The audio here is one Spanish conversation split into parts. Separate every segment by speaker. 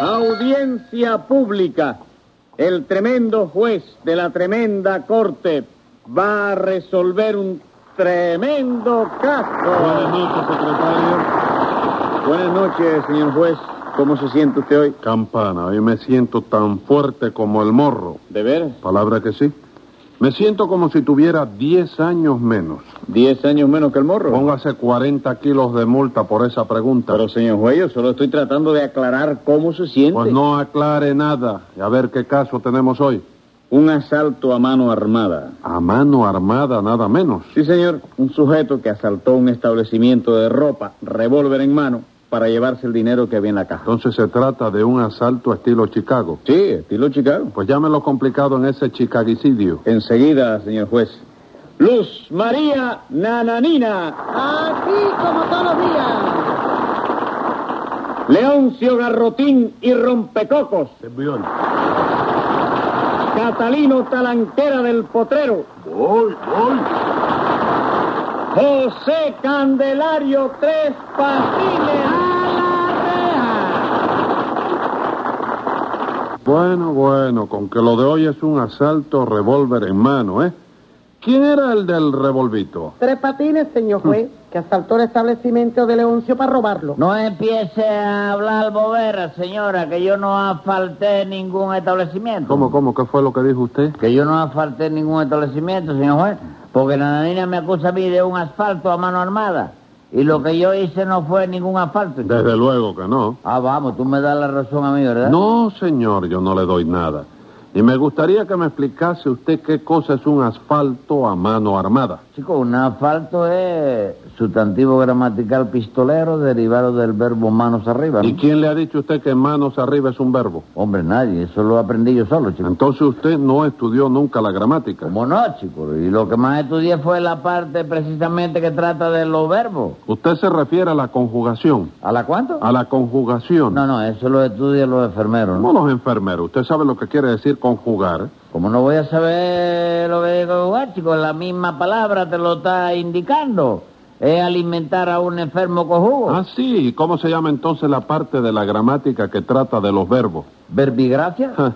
Speaker 1: Audiencia pública. El tremendo juez de la tremenda corte va a resolver un tremendo caso. Buenas noches, secretario. Buenas noches, señor juez. ¿Cómo se siente usted hoy?
Speaker 2: Campana, hoy me siento tan fuerte como el morro.
Speaker 1: ¿De veras?
Speaker 2: Palabra que sí. Me siento como si tuviera 10 años menos.
Speaker 1: ¿Diez años menos que el morro?
Speaker 2: Póngase 40 kilos de multa por esa pregunta.
Speaker 1: Oh. Pero, señor juez, yo solo estoy tratando de aclarar cómo se siente.
Speaker 2: Pues no aclare nada. Y a ver qué caso tenemos hoy.
Speaker 1: Un asalto a mano armada.
Speaker 2: A mano armada, nada menos.
Speaker 1: Sí, señor. Un sujeto que asaltó un establecimiento de ropa, revólver en mano, para llevarse el dinero que había en la caja.
Speaker 2: Entonces se trata de un asalto estilo Chicago.
Speaker 1: Sí, estilo Chicago.
Speaker 2: Pues llámelo complicado en ese chicaguicidio.
Speaker 1: Enseguida, señor juez. Luz María Nananina. Aquí como todos los días. Leoncio Garrotín y Rompecocos. Catalino Talanquera del Potrero.
Speaker 3: Voy, voy.
Speaker 1: José Candelario Tres Patines.
Speaker 2: Bueno, bueno, con que lo de hoy es un asalto revólver en mano, ¿eh? ¿Quién era el del revolvito?
Speaker 4: Tres patines, señor juez,
Speaker 1: Mm.
Speaker 4: que asaltó el establecimiento de Leoncio para robarlo.
Speaker 5: No empiece a hablar bobera, señora, que yo no asfalté ningún establecimiento.
Speaker 2: ¿Cómo, cómo? ¿Qué fue lo que dijo usted?
Speaker 5: Que yo no asfalté ningún establecimiento, señor juez, porque la nanina me acusa a mí de un asfalto a mano armada. Y lo que yo hice no fue ningún asfalto.
Speaker 2: Desde luego que no.
Speaker 5: Ah, vamos, tú me das la razón a mí, ¿verdad?
Speaker 2: No, señor, yo no le doy nada. Y me gustaría que me explicase usted qué cosa es un asfalto a mano armada.
Speaker 5: Chico, un asfalto es sustantivo gramatical pistolero derivado del verbo manos arriba. ¿no?
Speaker 2: ¿Y quién le ha dicho a usted que manos arriba es un verbo?
Speaker 5: Hombre, nadie, eso lo aprendí yo solo, chico.
Speaker 2: Entonces usted no estudió nunca la gramática.
Speaker 5: ¿Cómo no, chico? Y lo que más estudié fue la parte precisamente que trata de los verbos.
Speaker 2: Usted se refiere a la conjugación.
Speaker 5: ¿A la cuánto?
Speaker 2: A la conjugación.
Speaker 5: No, no, eso lo estudian los enfermeros, ¿no?
Speaker 2: No los enfermeros. Usted sabe lo que quiere decir conjugar.
Speaker 5: Como no voy a saber lo que digo, jugar, chico, la misma palabra te lo está indicando. Es alimentar a un enfermo con jugo.
Speaker 2: Ah, sí. ¿Y ¿Cómo se llama entonces la parte de la gramática que trata de los verbos?
Speaker 5: ¿Verbigracia?
Speaker 2: Ja.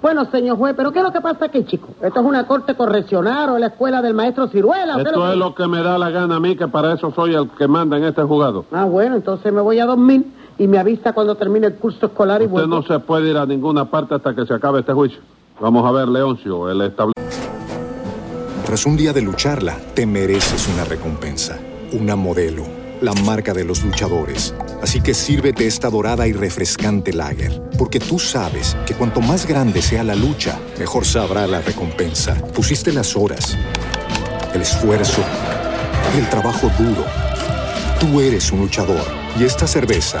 Speaker 4: Bueno, señor juez, pero ¿qué es lo que pasa aquí, chico? Esto es una corte correccional o la escuela del maestro Ciruela. ¿qué
Speaker 2: Esto es lo que me da la gana a mí, que para eso soy el que manda en este jugado.
Speaker 4: Ah, bueno, entonces me voy a dormir y me avisa cuando termine el curso escolar y
Speaker 2: Usted
Speaker 4: vuelvo.
Speaker 2: no se puede ir a ninguna parte hasta que se acabe este juicio. Vamos a ver, Leoncio, el estable...
Speaker 6: Tras un día de lucharla, te mereces una recompensa, una modelo, la marca de los luchadores. Así que sírvete esta dorada y refrescante lager, porque tú sabes que cuanto más grande sea la lucha, mejor sabrá la recompensa. Pusiste las horas, el esfuerzo, el trabajo duro. Tú eres un luchador y esta cerveza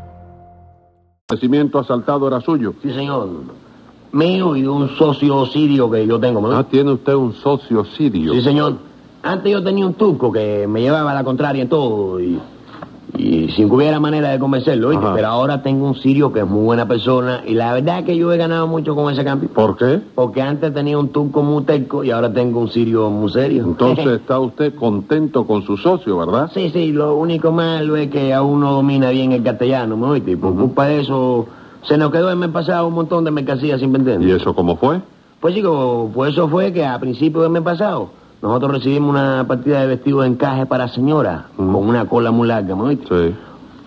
Speaker 2: El nacimiento asaltado era suyo.
Speaker 1: Sí, señor. Mío y un socio sirio que yo tengo, ¿no?
Speaker 2: Ah, tiene usted un socio sirio.
Speaker 1: Sí, señor. Antes yo tenía un turco que me llevaba la contraria en todo y, y si hubiera manera de convencerlo, ¿oíste?
Speaker 2: Ajá.
Speaker 1: pero ahora tengo un sirio que es muy buena persona y la verdad es que yo he ganado mucho con ese cambio.
Speaker 2: ¿Por qué?
Speaker 1: Porque antes tenía un turco muy terco y ahora tengo un sirio muy serio.
Speaker 2: Entonces está usted contento con su socio, ¿verdad?
Speaker 1: Sí, sí, lo único malo es que aún no domina bien el castellano, ¿me oíste? Y por culpa de eso se nos quedó en mes pasado un montón de mercancías sin vender.
Speaker 2: ¿Y eso cómo fue?
Speaker 1: Pues chico, pues eso fue que a principios del mes pasado nosotros recibimos una partida de vestidos de encaje para señora, con una cola muy larga, ¿me oíste?
Speaker 2: Sí.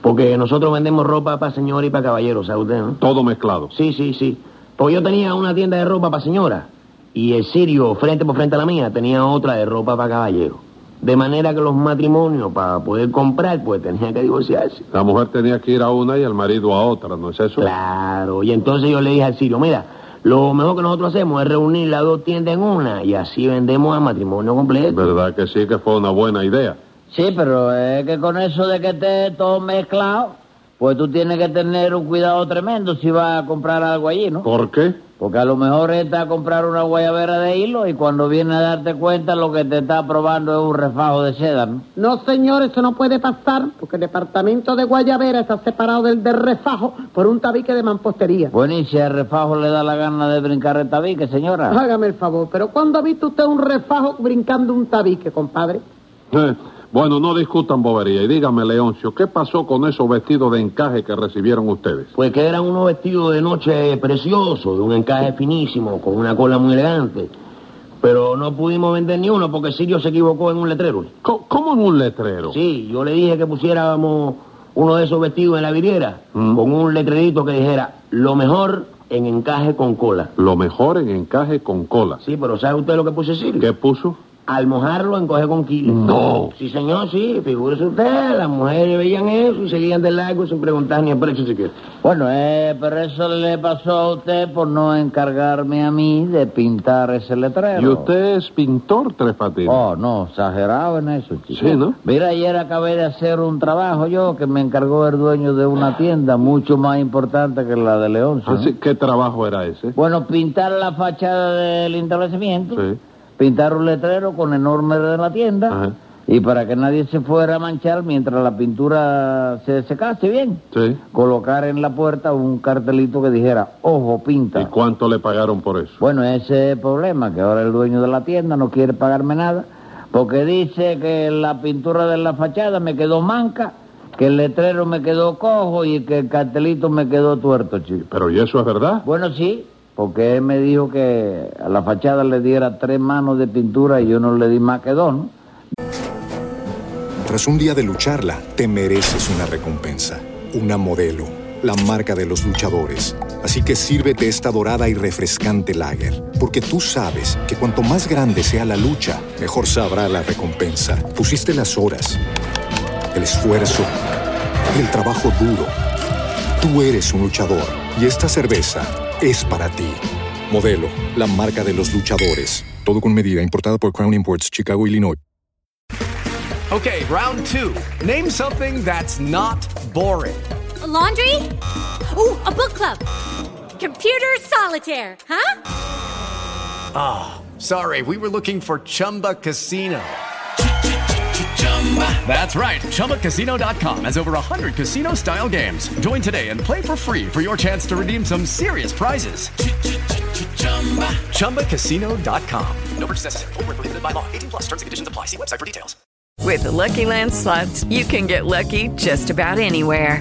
Speaker 1: Porque nosotros vendemos ropa para señora y para caballero, ¿sabe usted, no?
Speaker 2: Todo mezclado.
Speaker 1: Sí, sí, sí. Pues yo tenía una tienda de ropa para señora y el sirio, frente por frente a la mía, tenía otra de ropa para caballero. De manera que los matrimonios, para poder comprar, pues tenían que divorciarse.
Speaker 2: La mujer tenía que ir a una y el marido a otra, ¿no es eso?
Speaker 1: Claro, y entonces yo le dije al Sirio, mira, lo mejor que nosotros hacemos es reunir las dos tiendas en una y así vendemos a matrimonio completo.
Speaker 2: ¿Verdad que sí que fue una buena idea?
Speaker 5: Sí, pero es que con eso de que esté todo mezclado, pues tú tienes que tener un cuidado tremendo si vas a comprar algo allí, ¿no?
Speaker 2: ¿Por qué?
Speaker 5: Porque a lo mejor está a comprar una guayabera de hilo y cuando viene a darte cuenta lo que te está probando es un refajo de seda, ¿no?
Speaker 7: No, señor, eso no puede pasar, porque el departamento de Guayabera está separado del de refajo por un tabique de mampostería.
Speaker 5: Bueno, y si al refajo le da la gana de brincar el tabique, señora.
Speaker 7: Hágame el favor, pero ¿cuándo ha visto usted un refajo brincando un tabique, compadre?
Speaker 2: Eh, bueno, no discutan bobería. Y dígame, Leoncio, ¿qué pasó con esos vestidos de encaje que recibieron ustedes?
Speaker 1: Pues que eran unos vestidos de noche preciosos, de un encaje finísimo, con una cola muy elegante. Pero no pudimos vender ni uno porque Sirio se equivocó en un letrero.
Speaker 2: Co- ¿Cómo en un letrero?
Speaker 1: Sí, yo le dije que pusiéramos uno de esos vestidos en la vidriera
Speaker 2: Mm.
Speaker 1: con un letrerito que dijera, lo mejor en encaje con cola.
Speaker 2: Lo mejor en encaje con colas.
Speaker 1: Sí, pero ¿sabe usted lo que puse Sirio?
Speaker 2: ¿Qué puso?
Speaker 1: Al mojarlo encoge con kilo.
Speaker 2: No.
Speaker 1: Sí, señor, sí, figúrese usted. Las mujeres veían eso y seguían de largo sin preguntar ni el precio siquiera.
Speaker 5: Bueno, eh, pero eso le pasó a usted por no encargarme a mí de pintar ese letrero.
Speaker 2: ¿Y usted es pintor, Tres Patines?
Speaker 1: Ah.
Speaker 5: Oh, no, exagerado en eso, chico.
Speaker 2: Sí, ¿no?
Speaker 5: Mira, ayer acabé de hacer un trabajo yo que me encargó el dueño de una tienda mucho más importante que la de León. ¿sí?
Speaker 2: Así, ¿Qué trabajo era ese?
Speaker 5: Bueno, pintar la fachada del establecimiento,
Speaker 2: Sí.
Speaker 5: pintar un letrero con el nombre de la tienda
Speaker 2: Ajá.
Speaker 5: y para que nadie se fuera a manchar mientras la pintura se secase bien,
Speaker 2: Sí.
Speaker 5: colocar en la puerta un cartelito que dijera, ojo, pinta.
Speaker 2: ¿Y cuánto le pagaron por eso?
Speaker 5: Bueno, ese es el problema, que ahora el dueño de la tienda no quiere pagarme nada, porque dice que la pintura de la fachada me quedó manca, que el letrero me quedó cojo y que el cartelito me quedó tuerto, chico.
Speaker 2: Pero ¿y eso es verdad?
Speaker 5: Bueno, sí, porque él me dijo que a la fachada le diera tres manos de pintura y yo no le di más que dos, ¿no?
Speaker 6: Tras un día de lucharla, te mereces una recompensa, una modelo, la marca de los luchadores. Así que sírvete esta dorada y refrescante lager, porque tú sabes que cuanto más grande sea la lucha, mejor sabrá la recompensa. Pusiste las horas, el esfuerzo, el trabajo duro. Tú eres un luchador y esta cerveza es para ti. Modelo, la marca de los luchadores. Todo con medida, importada por Crown Imports, Chicago, Illinois.
Speaker 8: Okay, round two. Name something that's not boring.
Speaker 9: laundry? Ooh, a book club. Computer solitaire, huh?
Speaker 8: Sorry, we were looking for Chumba Casino. That's right. ChumbaCasino.com has over 100 casino style games. Join today and play for free for your chance to redeem some serious prizes. ChumbaCasino.com. No purchase necessary. Void where prohibited by law. 18 plus terms and conditions apply. See website for details.
Speaker 4: With the Lucky Land slots, you can get lucky just about anywhere.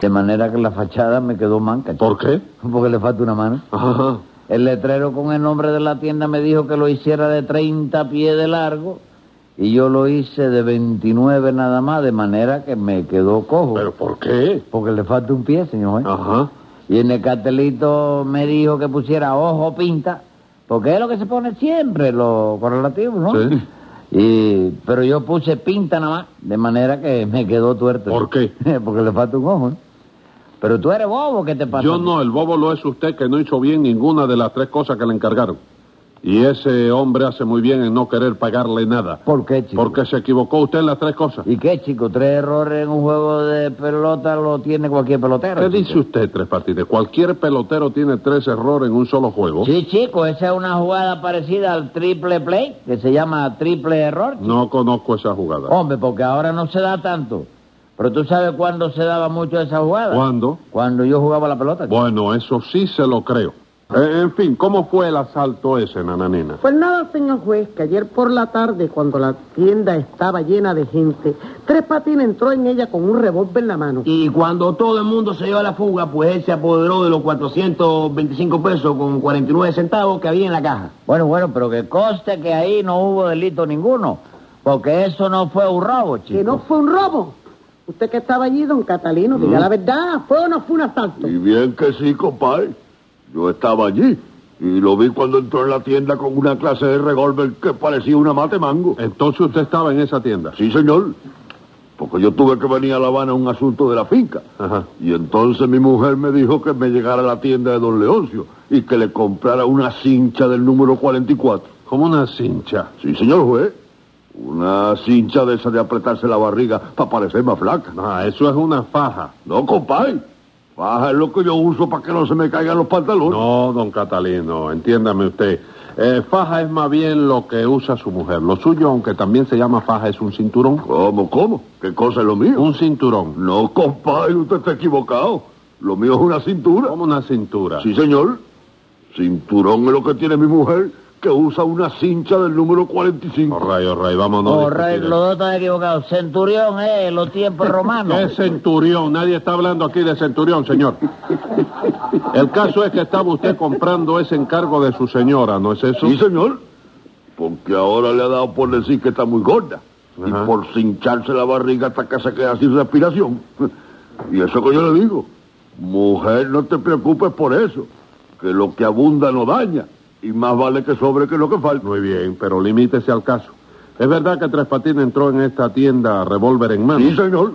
Speaker 5: De manera que la fachada me quedó manca. ¿Por qué? Porque le falta una mano. El letrero con el nombre de la tienda me dijo que lo hiciera de 30 pies de largo y yo lo hice de 29 nada más, de manera que me quedó cojo. ¿Pero Ah. por qué? Porque le falta un pie, señor. Ajá. Y en el cartelito me dijo que pusiera ojo pinta, porque es lo que se pone siempre, lo correlativo, ¿no? Sí. Y, pero yo puse pinta nada más, de manera que me quedó tuerto. ¿Por qué? Porque le falta un ojo. ¿eh? Pero tú eres bobo, ¿qué te pasa?
Speaker 2: Yo no, el bobo lo es usted que no hizo bien ninguna de las tres cosas que le encargaron. Y ese hombre hace muy bien en no querer pagarle nada.
Speaker 5: ¿Por qué, chico?
Speaker 2: Porque se equivocó usted en las tres cosas.
Speaker 5: ¿Y qué, chico? Tres errores en un juego de pelota lo tiene cualquier pelotero.
Speaker 2: ¿Qué
Speaker 5: chico.
Speaker 2: dice usted, Tres Patines? Cualquier pelotero tiene tres errores en un solo juego.
Speaker 5: Sí, chico, esa es una jugada parecida al triple play, que se llama triple error. chico.
Speaker 2: No conozco esa jugada.
Speaker 5: Hombre, porque ahora no se da tanto. Pero tú sabes cuándo se daba mucho esa jugada.
Speaker 2: ¿Cuándo?
Speaker 5: Cuando yo jugaba la pelota.
Speaker 2: Bueno, eso sí se lo creo. Eh, en fin, ¿cómo fue el asalto ese, nananina?
Speaker 1: Pues nada, señor juez, que ayer por la tarde, cuando la tienda estaba llena de gente, Tres Patines entró en ella con un revólver en la mano.
Speaker 3: Y cuando todo el mundo se dio a la fuga, pues él se apoderó de los 425 pesos con 49 centavos que había en la caja.
Speaker 5: Bueno, bueno, pero que conste que ahí no hubo delito ninguno. Porque eso no fue un robo, chico.
Speaker 1: Que no fue un robo. Usted que estaba allí, don Catalino, diga la verdad, ¿fue o no fue un asalto?
Speaker 10: Y bien que sí, compadre. Yo estaba allí y lo vi cuando entró en la tienda con una clase de revólver que parecía una mate mango.
Speaker 2: Entonces usted estaba en esa tienda.
Speaker 10: Sí, señor. Porque yo tuve que venir a La Habana a un asunto de la finca. Y entonces mi mujer me dijo que me llegara a la tienda de don Leoncio y que le comprara una cincha del número 44.
Speaker 2: ¿Cómo una cincha?
Speaker 10: Sí, señor juez. Una cincha de esa de apretarse la barriga para parecer más flaca.
Speaker 2: Ah, eso es una faja.
Speaker 10: No, compadre. Faja es lo que yo uso para que no se me caigan los pantalones.
Speaker 2: No, don Catalino, entiéndame usted. Eh, faja es más bien lo que usa su mujer. Lo suyo, aunque también se llama faja, es un cinturón.
Speaker 10: ¿Cómo, cómo? ¿Qué cosa es lo mío?
Speaker 2: Un cinturón.
Speaker 10: No, compadre, usted está equivocado. Lo mío es una cintura.
Speaker 2: Como una cintura.
Speaker 10: Sí, señor. Cinturón es lo que tiene mi mujer, que usa una cincha del número 45.
Speaker 2: Ray, oh, ray, vámonos. a
Speaker 5: Oh,
Speaker 2: discutir
Speaker 5: rey,
Speaker 2: esto.
Speaker 5: los dos están equivocados. Centurión, eh, los tiempos romanos.
Speaker 2: Es centurión, nadie está hablando aquí de centurión, señor. El caso es que estaba usted comprando ese encargo de su señora, ¿no es eso?
Speaker 10: Sí, señor. Porque ahora le ha dado por decir que está muy gorda.
Speaker 2: Ajá.
Speaker 10: Y por cincharse la barriga hasta que se queda sin respiración. Y eso que yo le digo. Mujer, no te preocupes por eso. Que lo que abunda no daña. Y más vale que sobre que lo que falta.
Speaker 2: Muy bien, pero limítese al caso. ¿Es verdad que Tres Patines entró en esta tienda revólver en mano?
Speaker 10: Sí, señor.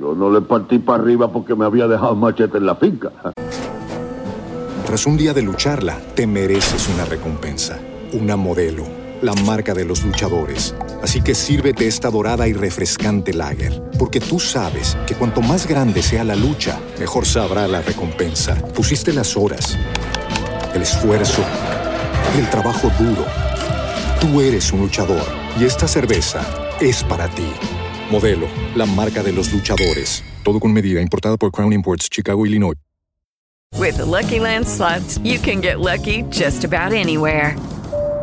Speaker 10: Yo no le partí para arriba porque me había dejado un machete en la finca.
Speaker 6: Tras un día de lucharla, te mereces una recompensa, una modelo, la marca de los luchadores. Así que sírvete esta dorada y refrescante lager, porque tú sabes que cuanto más grande sea la lucha, mejor sabrá la recompensa. Pusiste las horas, el esfuerzo, el trabajo duro. Tú eres un luchador y esta cerveza es para ti. Modelo, la marca de los luchadores. Todo con medida, importada por Crown Imports, Chicago, Illinois.
Speaker 4: With the Lucky Land slots, you can get lucky just about anywhere.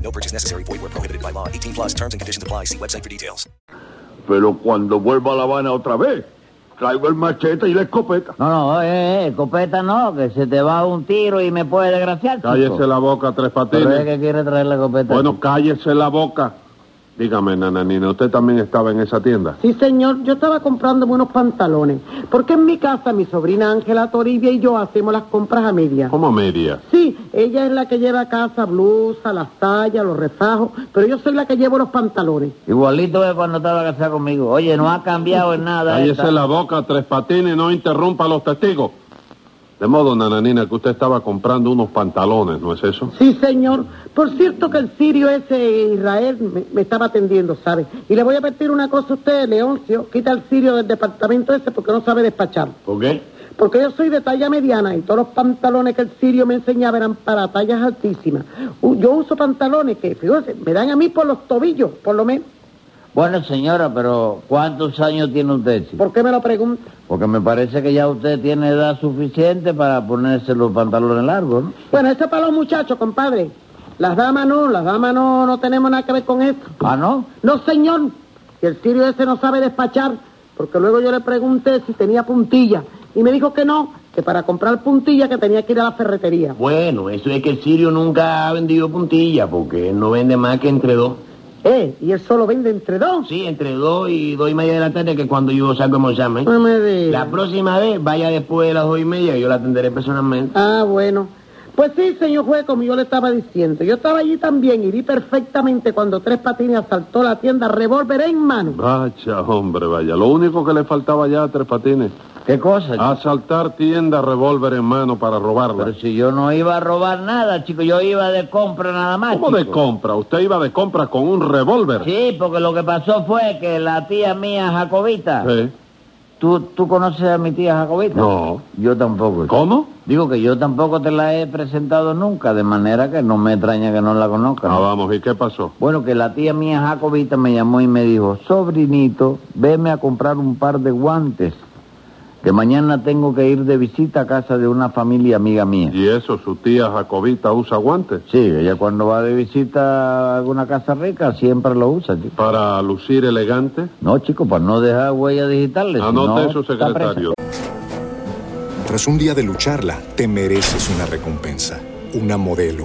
Speaker 11: No purchase necessary. Void where prohibited by law. 18 plus terms and conditions apply. See website for details.
Speaker 10: Pero cuando vuelva a La Habana otra vez, traigo el machete y la escopeta.
Speaker 5: No, no, eh, eh, escopeta no, que se te va un tiro y me puede desgraciar, chico.
Speaker 2: Cállese la boca, Tres
Speaker 5: Pero es
Speaker 2: Patines.
Speaker 5: que quiere traer la escopeta.
Speaker 2: Bueno, cállese la boca. Dígame, nananina, ¿usted también estaba en esa tienda?
Speaker 1: Sí, señor, yo estaba comprándome unos pantalones, porque en mi casa mi sobrina Ángela Toribia y yo hacemos las compras a media.
Speaker 2: ¿Cómo media?
Speaker 1: Sí, ella es la que lleva a casa blusa, las tallas, los rezajos, pero yo soy la que llevo los pantalones.
Speaker 5: Igualito es cuando estaba casada conmigo. Oye, no ha cambiado en nada.
Speaker 2: Cállese
Speaker 5: esta.
Speaker 2: la boca, tres patines, no interrumpa a los testigos. De modo, nananina, que usted estaba comprando unos pantalones, ¿no es eso?
Speaker 1: Sí, señor. Por cierto que el sirio ese Israel me, me estaba atendiendo, ¿sabe? Y le voy a pedir una cosa a usted, Leoncio. Quita el sirio del departamento ese porque no sabe despachar.
Speaker 2: ¿Por qué?
Speaker 1: Porque yo soy de talla mediana y todos los pantalones que el sirio me enseñaba eran para tallas altísimas. U- Yo uso pantalones que, fíjese, me dan a mí por los tobillos, por lo menos.
Speaker 5: Bueno, señora, pero ¿cuántos años tiene usted? chico?
Speaker 1: ¿Por qué me lo pregunta?
Speaker 5: Porque me parece que ya usted tiene edad suficiente para ponerse los pantalones largos, ¿no?
Speaker 1: Bueno, eso es para los muchachos, compadre. Las damas no, las damas no, no tenemos nada que ver con esto.
Speaker 5: ¿Ah, no?
Speaker 1: No, señor. Y el sirio ese no sabe despachar, porque luego yo le pregunté si tenía puntilla. Y me dijo que no, que para comprar puntilla que tenía que ir a la ferretería.
Speaker 3: Bueno, eso es que el sirio nunca ha vendido puntilla, porque él no vende más que entre dos.
Speaker 1: ¿Eh? ¿Y él solo vende entre dos?
Speaker 3: Sí, entre dos y dos y media de la tarde, que es cuando yo salgo a mocharme.
Speaker 1: No me diga.
Speaker 3: La próxima vez, vaya después de las dos y media, yo la atenderé personalmente.
Speaker 1: Ah, bueno. Pues sí, señor juez, como yo le estaba diciendo. Yo estaba allí también y vi perfectamente cuando Tres Patines asaltó la tienda, revólver en mano.
Speaker 2: Vaya, hombre, vaya. Lo único que le faltaba ya a tres patines.
Speaker 5: ¿Qué cosa?
Speaker 3: Ah,
Speaker 2: Asaltar tienda, revólver en mano para robarla. Pero
Speaker 5: si yo no iba a robar nada, chico, yo iba de compra nada más.
Speaker 2: ¿Cómo de
Speaker 5: chico.
Speaker 2: compra? Usted iba de compra con un revólver.
Speaker 5: Sí, porque lo que pasó fue que la tía mía, Jacobita.
Speaker 2: Sí.
Speaker 5: ¿Tú, ¿Tú conoces a mi tía Jacobita?
Speaker 2: No.
Speaker 5: Yo tampoco. chico.
Speaker 2: ¿Cómo?
Speaker 5: Digo que yo tampoco te la he presentado nunca, de manera que no me extraña que no la conozcas.
Speaker 2: Ah, vamos, ¿y qué pasó?
Speaker 5: Bueno, que la tía mía Jacobita me llamó y me dijo, sobrinito, veme a comprar un par de guantes, que mañana tengo que ir de visita a casa de una familia amiga mía.
Speaker 2: ¿Y eso, su tía Jacobita usa guantes?
Speaker 5: Sí, ella cuando va de visita a alguna casa rica siempre lo usa. chico.
Speaker 2: ¿Para lucir elegante?
Speaker 5: No, chico, para no dejar huellas digitales.
Speaker 6: Anote
Speaker 5: Pues no,
Speaker 6: eso,
Speaker 5: está presa. ¿Eh?
Speaker 6: secretario. Tras un día de lucharla, te mereces una recompensa, una modelo,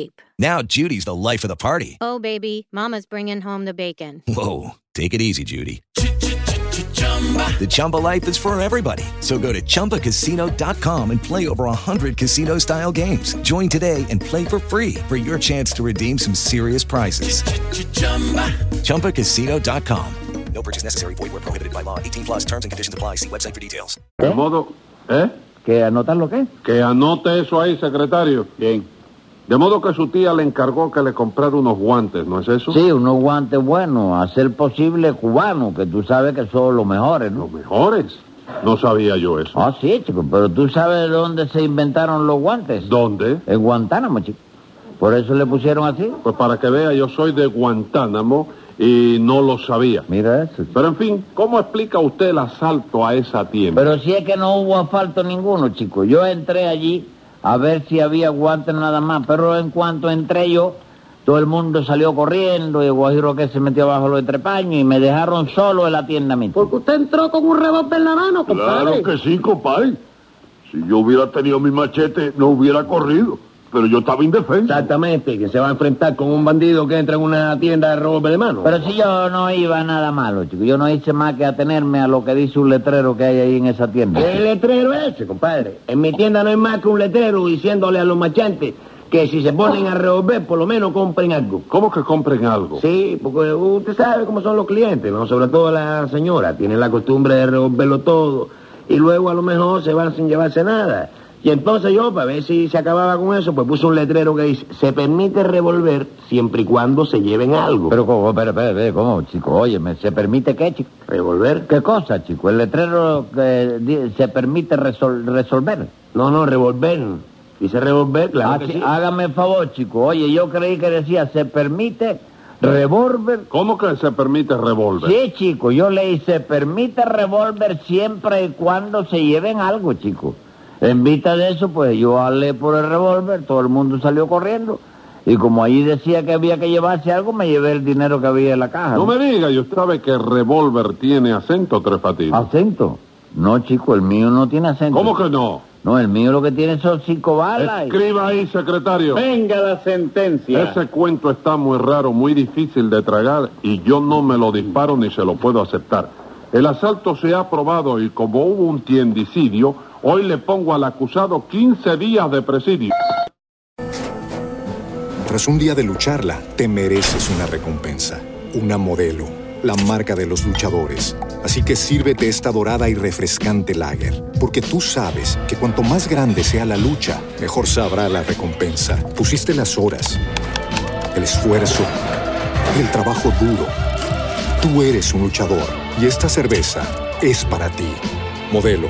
Speaker 11: Now Judy's the life of the party.
Speaker 12: Oh, baby, Mama's bringing home the bacon.
Speaker 11: Whoa, take it easy, Judy. The Chumba life is for everybody. So go to ChumbaCasino.com and play over 100 casino style games. Join today and play for free for your chance to redeem some serious prizes. ChumbaCasino.com.
Speaker 13: No purchase necessary. Void were prohibited by law. 18 plus terms and conditions apply. See website for details.
Speaker 2: De modo, ¿eh?
Speaker 5: ¿Que anotar lo qué?
Speaker 2: Que anote eso ahí, secretario. Bien. De modo que su tía le encargó que le comprara unos guantes, ¿no es eso?
Speaker 5: Sí, unos guantes buenos, a ser posible cubanos, que tú sabes que son los mejores, ¿no? Los
Speaker 2: mejores. No sabía yo eso.
Speaker 5: Ah, sí, chico, pero tú sabes dónde se inventaron los guantes.
Speaker 2: ¿Dónde?
Speaker 5: En Guantánamo, chico. Por eso le pusieron así.
Speaker 2: Pues para que vea, yo soy de Guantánamo y no lo sabía.
Speaker 5: Mira eso.
Speaker 2: Pero en fin, ¿cómo explica usted el asalto a esa tienda?
Speaker 5: Pero si es que no hubo asfalto ninguno, chico. Yo entré allí a ver si había guantes nada más, pero en cuanto entré yo, todo el mundo salió corriendo y el guajiro que se metió bajo los entrepaños y me dejaron solo en la tienda misma.
Speaker 1: Porque usted entró con un revólver en la mano, compadre.
Speaker 10: Claro que sí, compadre. Si yo hubiera tenido mi machete, no hubiera corrido. Pero yo estaba indefenso.
Speaker 3: Exactamente, que se va a enfrentar con un bandido que entra en una tienda de revólver de mano.
Speaker 5: Pero si yo no iba a nada malo, chico. Yo no hice más que atenerme a lo que dice un letrero que hay ahí en esa tienda.
Speaker 3: ¿Qué letrero ese, compadre? En mi tienda no hay más que un letrero diciéndole a los marchantes
Speaker 1: que si se ponen a revolver, por lo menos compren algo.
Speaker 2: ¿Cómo que compren algo?
Speaker 1: Sí, porque usted sabe cómo son los clientes, ¿no? Sobre todo la señora, tienen la costumbre de revolverlo todo y luego a lo mejor se van sin llevarse nada. Y entonces yo, para ver si se acababa con eso, pues puse un letrero que dice, se permite revolver siempre y cuando se lleven algo.
Speaker 5: Pero, ¿cómo, pero, pero, pero, ¿cómo, chico? Oye, ¿se permite qué, chico?
Speaker 1: ¿Revolver?
Speaker 5: ¿Qué cosa, chico? El letrero que di- se permite resol- resolver.
Speaker 1: No, no, revolver. Dice revolver, claro
Speaker 5: Ah,
Speaker 1: que
Speaker 5: chi-
Speaker 1: sí.
Speaker 5: Hágame el favor, chico. Oye, yo creí que decía, se permite revólver.
Speaker 2: ¿Cómo que se permite revólver?
Speaker 5: Sí, chico, yo leí, se permite revólver siempre y cuando se lleven algo, chico. En vista de eso, pues yo hablé por el revólver, todo el mundo salió corriendo. Y como allí decía que había que llevarse algo, me llevé el dinero que había en la caja.
Speaker 2: No me diga, y usted sabe que revólver tiene acento, Tres Patines.
Speaker 5: ¿Acento? No, chico, el mío no tiene acento.
Speaker 2: ¿Cómo que no?
Speaker 5: No, el mío lo que tiene son cinco balas. y-
Speaker 2: Escriba ahí, secretario.
Speaker 14: Venga la sentencia.
Speaker 2: Ese cuento está muy raro, muy difícil de tragar y yo no me lo disparo ni se lo puedo aceptar. El asalto se ha aprobado y como hubo un tiendicidio, hoy le pongo al acusado 15 días de presidio.
Speaker 6: Tras un día de lucharla, te mereces una recompensa, una modelo, la marca de los luchadores. Así que sírvete esta dorada y refrescante lager, porque tú sabes que cuanto más grande sea la lucha, mejor sabrá la recompensa. Pusiste las horas, el esfuerzo, el trabajo duro. Tú eres un luchador y esta cerveza es para ti. Modelo,